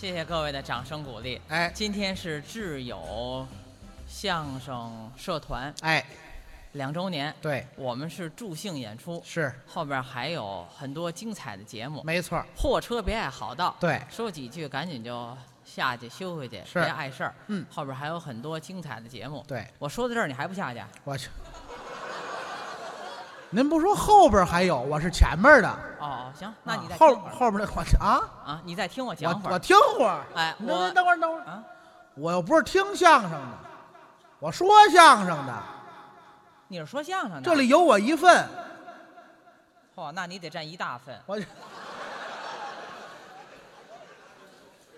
谢谢各位的掌声鼓励。哎今天是挚友相声社团哎，两周年，对，我们是助兴演出，是后边还有很多精彩的节目。没错儿，货车别爱好道，对说几句赶紧就下去休回去，是别碍事儿。嗯后边还有很多精彩的节目。对我说到这儿，你还不下去？啊我去。您不说后边还有，我是前面的，哦，行，那你啊再后听会儿后边的我啊，啊，你再听我讲会我我儿听会儿。哎您我您等会儿等会儿，啊。我又不是听相声的，我说相声的，你是说相声的？这里有我一份，哦，那你得占一大份。我去。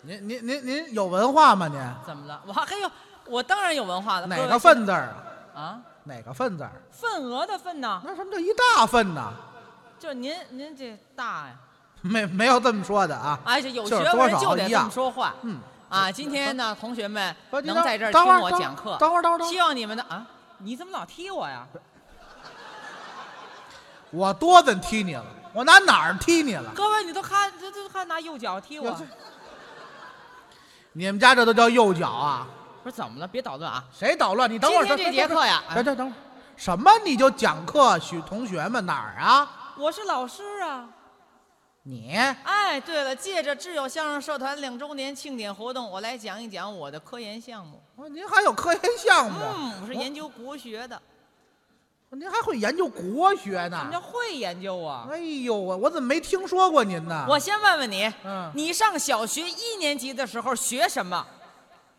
您您您您有文化吗？您怎么了？我还有，我当然有文化了。哪各位个份字儿啊？啊？哪个份字儿？份额的份呢？那什么叫一大份呢？就您您这大呀，没没有这么说的啊。哎，这有就是学多问少就得一这样么说话。嗯，啊，今天呢，同学们不您能等在这儿等听会儿我等会儿讲课，等会儿等会儿等会希儿，望你们的啊，你怎么老踢我呀？我多怎踢你了？我拿哪儿踢你了？各位，你都看，这这看拿右脚踢我有这，你们家这都叫右脚啊？不是怎么了？别捣乱啊！谁捣乱？你等今会儿。天这节课呀，啊等等等会儿，什么你就讲课？许同学们哪儿啊？我是老师啊。你哎，对了，借着挚友相声社团两周年庆典活动，我来讲一讲我的科研项目。哦您还有科研项目？嗯，我是研究国学的，哦您还会研究国学什么叫呢？会研究啊？哎呦我我怎么没听说过您呢？我先问问你，嗯，你上小学一年级的时候学什么？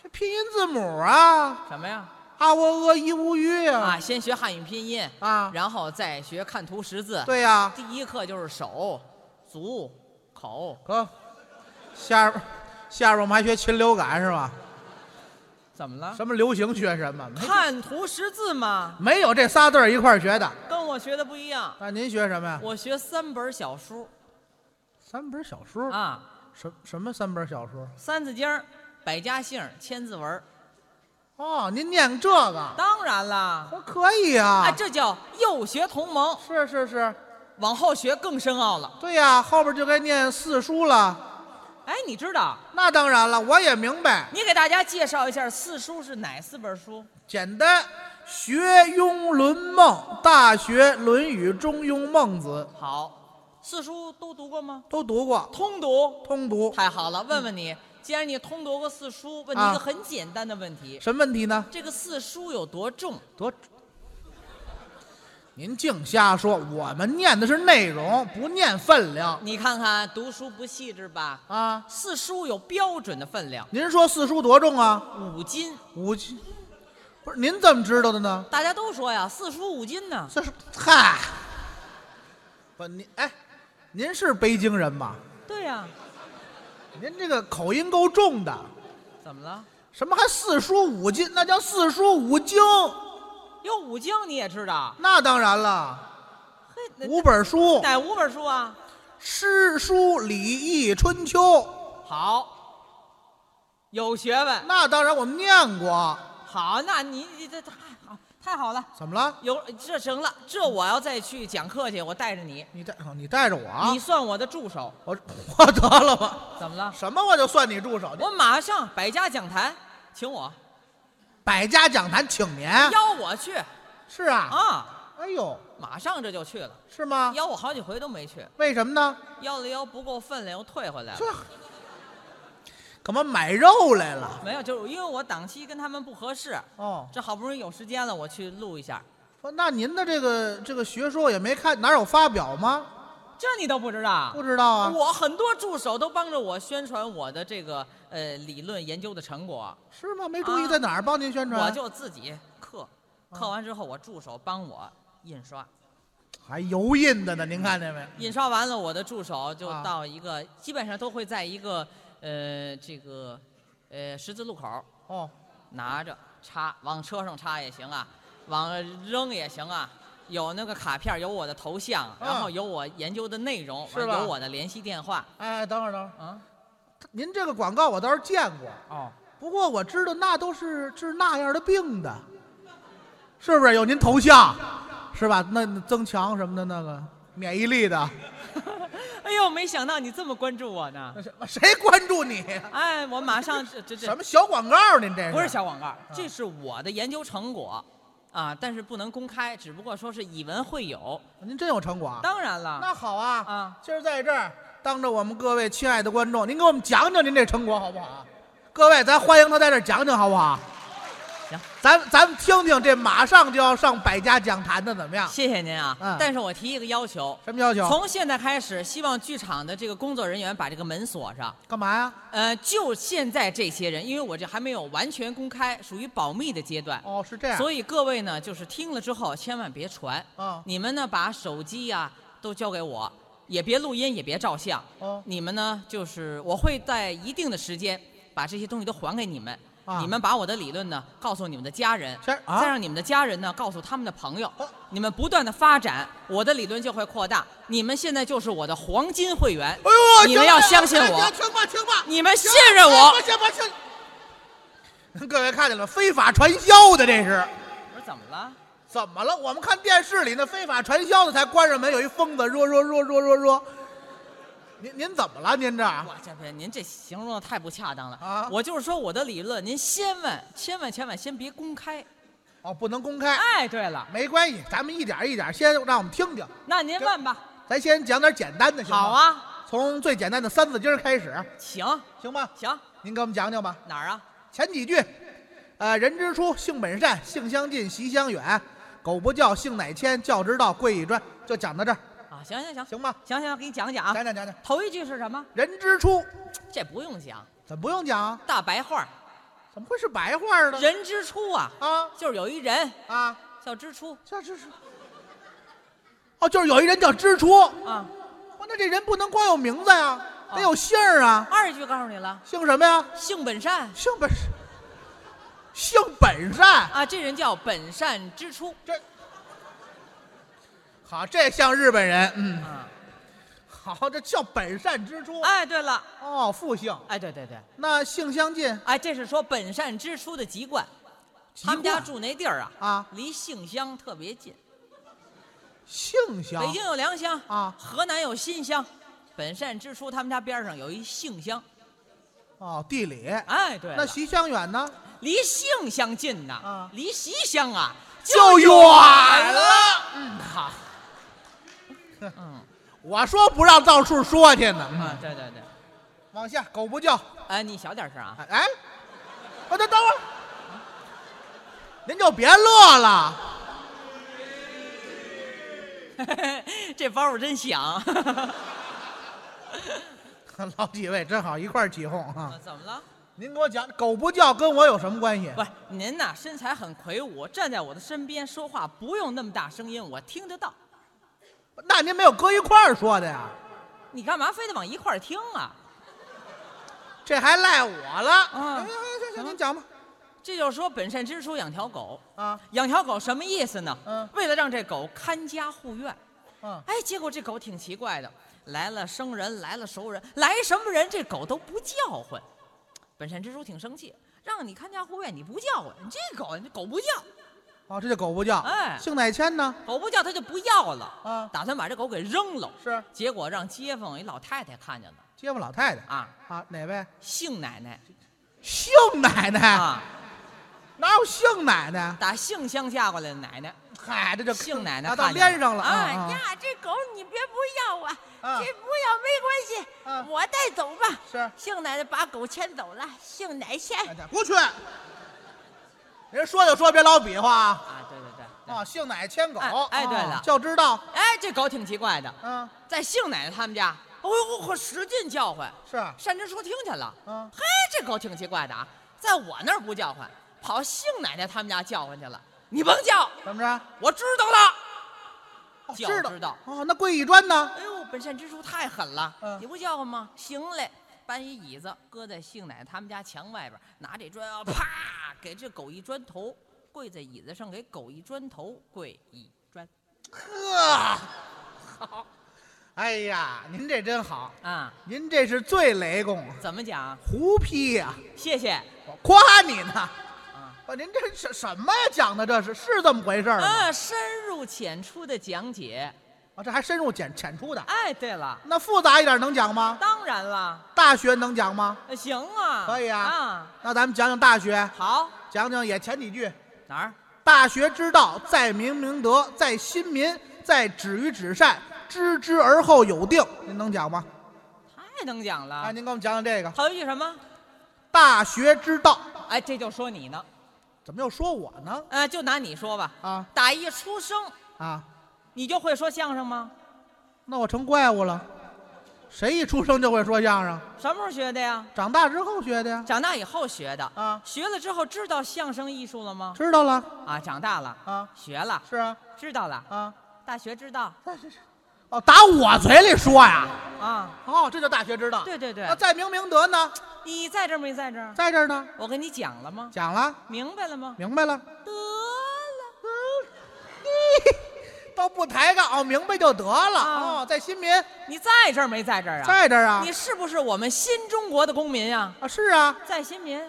是拼音字母啊，什么呀？啊喔呃一乌吁啊啊，先学汉语拼音，啊，然后再学看图识字。，对呀、第一课就是手、足、口，哥，下边下边我们还学禽流感是吧？怎么了？什么流行学什么？没看图识字嘛，没有这仨字儿一块儿学的。跟我学的不一样。那您学什么呀？我学三本小书三本小说，啊，什什么三本小说？《三字经》《百家姓》《千字文》。哦，您念这个，当然啦，我可以啊啊，。这叫幼学同盟，是是是，往后学更深奥了。对呀、后边就该念四书了。哎，你知道？那当然了，我也明白，你给大家介绍一下四书是哪四本书？简单。学庸论孟，《大学》《论语》《中庸》《孟子好，四书都读过吗》？都读过，通读。通读。太好了，问问你，既然你通读过四书，问你一啊个很简单的问题：什么问题呢？这个四书有多重？多，您净瞎说，我们念的是内容，不念分量你看看读书不细致吧？啊。四书有标准的分量，您说四书多重啊？五斤。五斤，不是您怎么知道的呢？大家都说呀，四书五斤呢。这是嗨，不您哎，您是北京人吗？对呀、您这个口音够重的，怎么了？什么还四书五经？那叫四书五经。有五经你也知道？那当然了，嘿，那五本书：哪五本书啊？诗、书、礼、易、春秋。好，有学问。那当然我们念过。好，那你你这太哎好太好了。怎么了？有这行了，这我要再去讲课去，我带着你，你带哦你带着我啊？你算我的助手。我我得了吧？怎么了？什么我就算你助手？我马上百家讲坛，请我，啊百家讲坛请您邀我去是啊？啊！哎呦，马上这就去了，是吗？邀我好几回都没去，为什么呢？邀了邀不够分量，又退回来了。这干嘛买肉来了？没有，就是因为我档期跟他们不合适，哦，这好不容易有时间了，我去录一下，说那您的这个这个学说也没看哪有发表吗？这你都不知道不。知道啊，我很多助手都帮着我宣传我的这个呃理论研究的成果，是吗？没注意啊在哪儿帮您宣传？我就自己刻，啊刻完之后我助手帮我印刷，还油印的呢，您看见没？印刷完了我的助手就嗯啊到一个，基本上都会在一个呃这个呃十字路口哦，拿着插，往车上插也行啊，往扔也行啊。有那个卡片，有我的头像，然后有我研究的内容，嗯是吧有我的联系电话。哎，等会儿等会儿，啊，您这个广告我倒是见过，哦，不过我知道那都是治那样的病的，是不是？有您头像，是吧？那那增强什么的那个免疫力的，哎呦，就没想到你这么关注我呢。那什么谁关注你呀？哎，我马上这这什这么小广告？您这不是小广告，嗯这是我的研究成果啊，但是不能公开，只不过说是以文会友。您真有成果啊？当然了，那好啊啊，今儿在这儿当着我们各位亲爱的观众，您给我们讲讲您这成果好不好？各位，咱欢迎他在这儿讲讲好不好？行，咱咱们听听这马上就要上百家讲坛的怎么样？谢谢您啊嗯。但是我提一个要求，什么要求？从现在开始，希望剧场的这个工作人员把这个门锁上。干嘛呀？呃，就现在这些人，因为我这还没有完全公开，属于保密的阶段，哦，是这样。所以各位呢，就是听了之后千万别传。啊，你们呢，把手机呀、都交给我，也别录音，也别照相。哦，你们呢，就是我会在一定的时间把这些东西都还给你们，啊你们把我的理论呢告诉你们的家人，这啊再让你们的家人呢告诉他们的朋友，哦你们不断的发展，我的理论就会扩大。你们现在就是我的黄金会员，哎呦，你们要相信我行了行了听吧，听吧，你们信任我。行吧，行吧。行各位看见了，非法传销的这是我说怎么了？怎么了？我们看电视里那非法传销的才关上门，有一疯子，弱弱弱弱弱弱。您您怎么了？您这我这不是您这形容的太不恰当了啊我就是说我的理论，您千万千万千万先别公开。哦，不能公开，哎，对了，没关系，咱们一点一点先让我们听听，那您这问吧。咱先讲点简单的，行吗好，啊，从最简单的三字经开始，行行吗？行，您给我们讲讲吧。哪儿啊？前几句，呃，人之初，性本善，性相近，习相远。苟不教，性乃迁。教之道，贵以专。就讲到这儿，啊，行行行行吗？行行，给你讲讲啊。讲讲讲讲。头一句是什么？人之初，这不用讲，怎么不用讲啊？大白话儿，怎么会是白话呢？人之初啊，啊就是有一人啊，叫支出这这是。哦，就是有一人叫支出，哇啊。那这人不能光有名字呀、得有姓儿啊，二句告诉你了，姓什么呀？性本善姓本，姓本善。啊，这人叫本善之初好，这像日本人，嗯，啊。好，这叫本善之初。哎，对了，哦，复姓。哎，对对对，那性相近，哎，这是说本善之初的籍贯。籍他们家贯住那地儿啊，啊，离杏乡特别近。性相北京有良乡啊河南有新乡。本善之初，他们家边上有一杏乡。哦，地理。哎，对了，那习相远呢？离杏乡近呐，啊离习乡啊就远了。嗯，好，嗯我说不让到处说去呢。嗯啊，对对对，往下，狗不叫。哎，你小点声 啊，哎，哎我等等会儿，您就别乐了。 这包袱真响。啊老几位真好，一块儿起哄啊！ 怎么了？您给我讲，狗不叫跟我有什么关系？不是您呐，身材很魁梧，站在我的身边说话不用那么大声音，我听得到。那您没有搁一块儿说的呀？你干嘛非得往一块儿听啊？这还赖我了。嗯行行行行，嗯您讲吧。这就是说本善之初养条狗，啊，养条狗什么意思呢？嗯为了让这狗看家护院。嗯，哎，结果这狗挺奇怪的，来了生人，来了熟人，来什么人这狗都不叫唤。本善之初挺生气，让你看家护院你不叫唤，你这狗你这狗不叫，哦，这叫狗不叫。哎姓乃谦呢？狗不叫它就不要了，啊，打算把这狗给扔了。是结果让街坊一老太太看见了街坊老太太啊，啊，哪位？杏奶奶姓奶奶，啊，哪有姓奶奶？打杏乡嫁过来的奶奶，嗨，这就杏奶啊奶到看见边上了啊哎啊！呀，这狗你别不要啊！啊这不要没关啊系，我带走吧。是，杏奶奶把狗牵走了，杏奶先。大家过去。人说就说，别老比划啊！啊，对对对，对啊，姓奶牵狗，哎哎对了啊就知道，哎，这狗挺奇怪的，嗯，在杏奶奶他们家，我我我使劲叫唤，是啊，善之初听见了。嗯，嘿，这狗挺奇怪的啊，在我那儿不叫唤，跑杏奶奶他们家叫唤去了。你甭叫，怎么着？我知道了。哦就知知道哦，那桂乙砖呢？哎呦，本善之叔太狠了，嗯你不叫唤吗？行嘞，搬一椅子搁在杏奶奶他们家墙外边，拿这砖啊，啪，给这狗一砖头，跪在椅子上给狗一砖头，跪一砖呵，好，哎呀，您这真好，啊。您这是最雷公，怎么讲？胡批呀、谢谢我夸你呢。啊。不，您这哎是什么呀？讲的这是是这么回事儿吗？啊，深入浅出的讲解，啊，这还深入浅浅出的。哎，对了，那复杂一点能讲吗？当然了，大学能讲吗？呃行啊，可以啊啊，那咱们讲讲大学，好讲讲也前几句。哪儿？大学之道，在明明德，在亲民，在止于至善，知之而后有定。您能讲吗？太能讲啊，了。您给我们讲讲这个还有一句什么？大学之道，哎，这就说你呢。怎么又说我呢？呃，就拿你说吧，啊打一出生啊，你就会说相声吗？那我成怪物了。谁一出生就会说相声？什么时候学的呀？长大之后学的呀。长大以后学的。啊，学了之后知道相声艺术了吗？知道了啊，长大了，啊，学了，是啊知道了，啊。大学知道哦，打我嘴里说呀。啊。哦，这叫大学之道。对对对那，在明明德呢，你在这儿没在这儿？在这儿呢，我跟你讲了吗？讲了，明白了吗？明白了，得了，都不抬杠，哦，明白就得了。啊哦，在新民，你在这儿没在这儿啊？在这儿啊你。是不是我们新中国的公民呀、啊，是啊。在新民，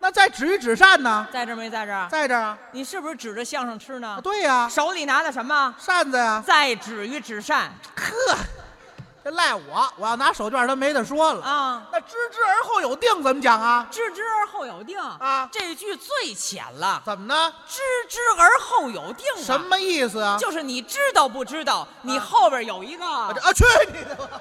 那在止于至善呢，在这儿没在这儿？在这儿啊。你是不是指着相声吃呢啊，？对呀、手里拿的什么？扇子呀、在止于至善呵，这赖我，我要拿手绢，他没得说了。啊，那知之而后有定怎么讲啊？知之而后有定啊这句最浅了，怎么呢？知之而后有定、啊、什？么意思啊？啊就是你知道不知道，你后边有一个。啊，去你的吧！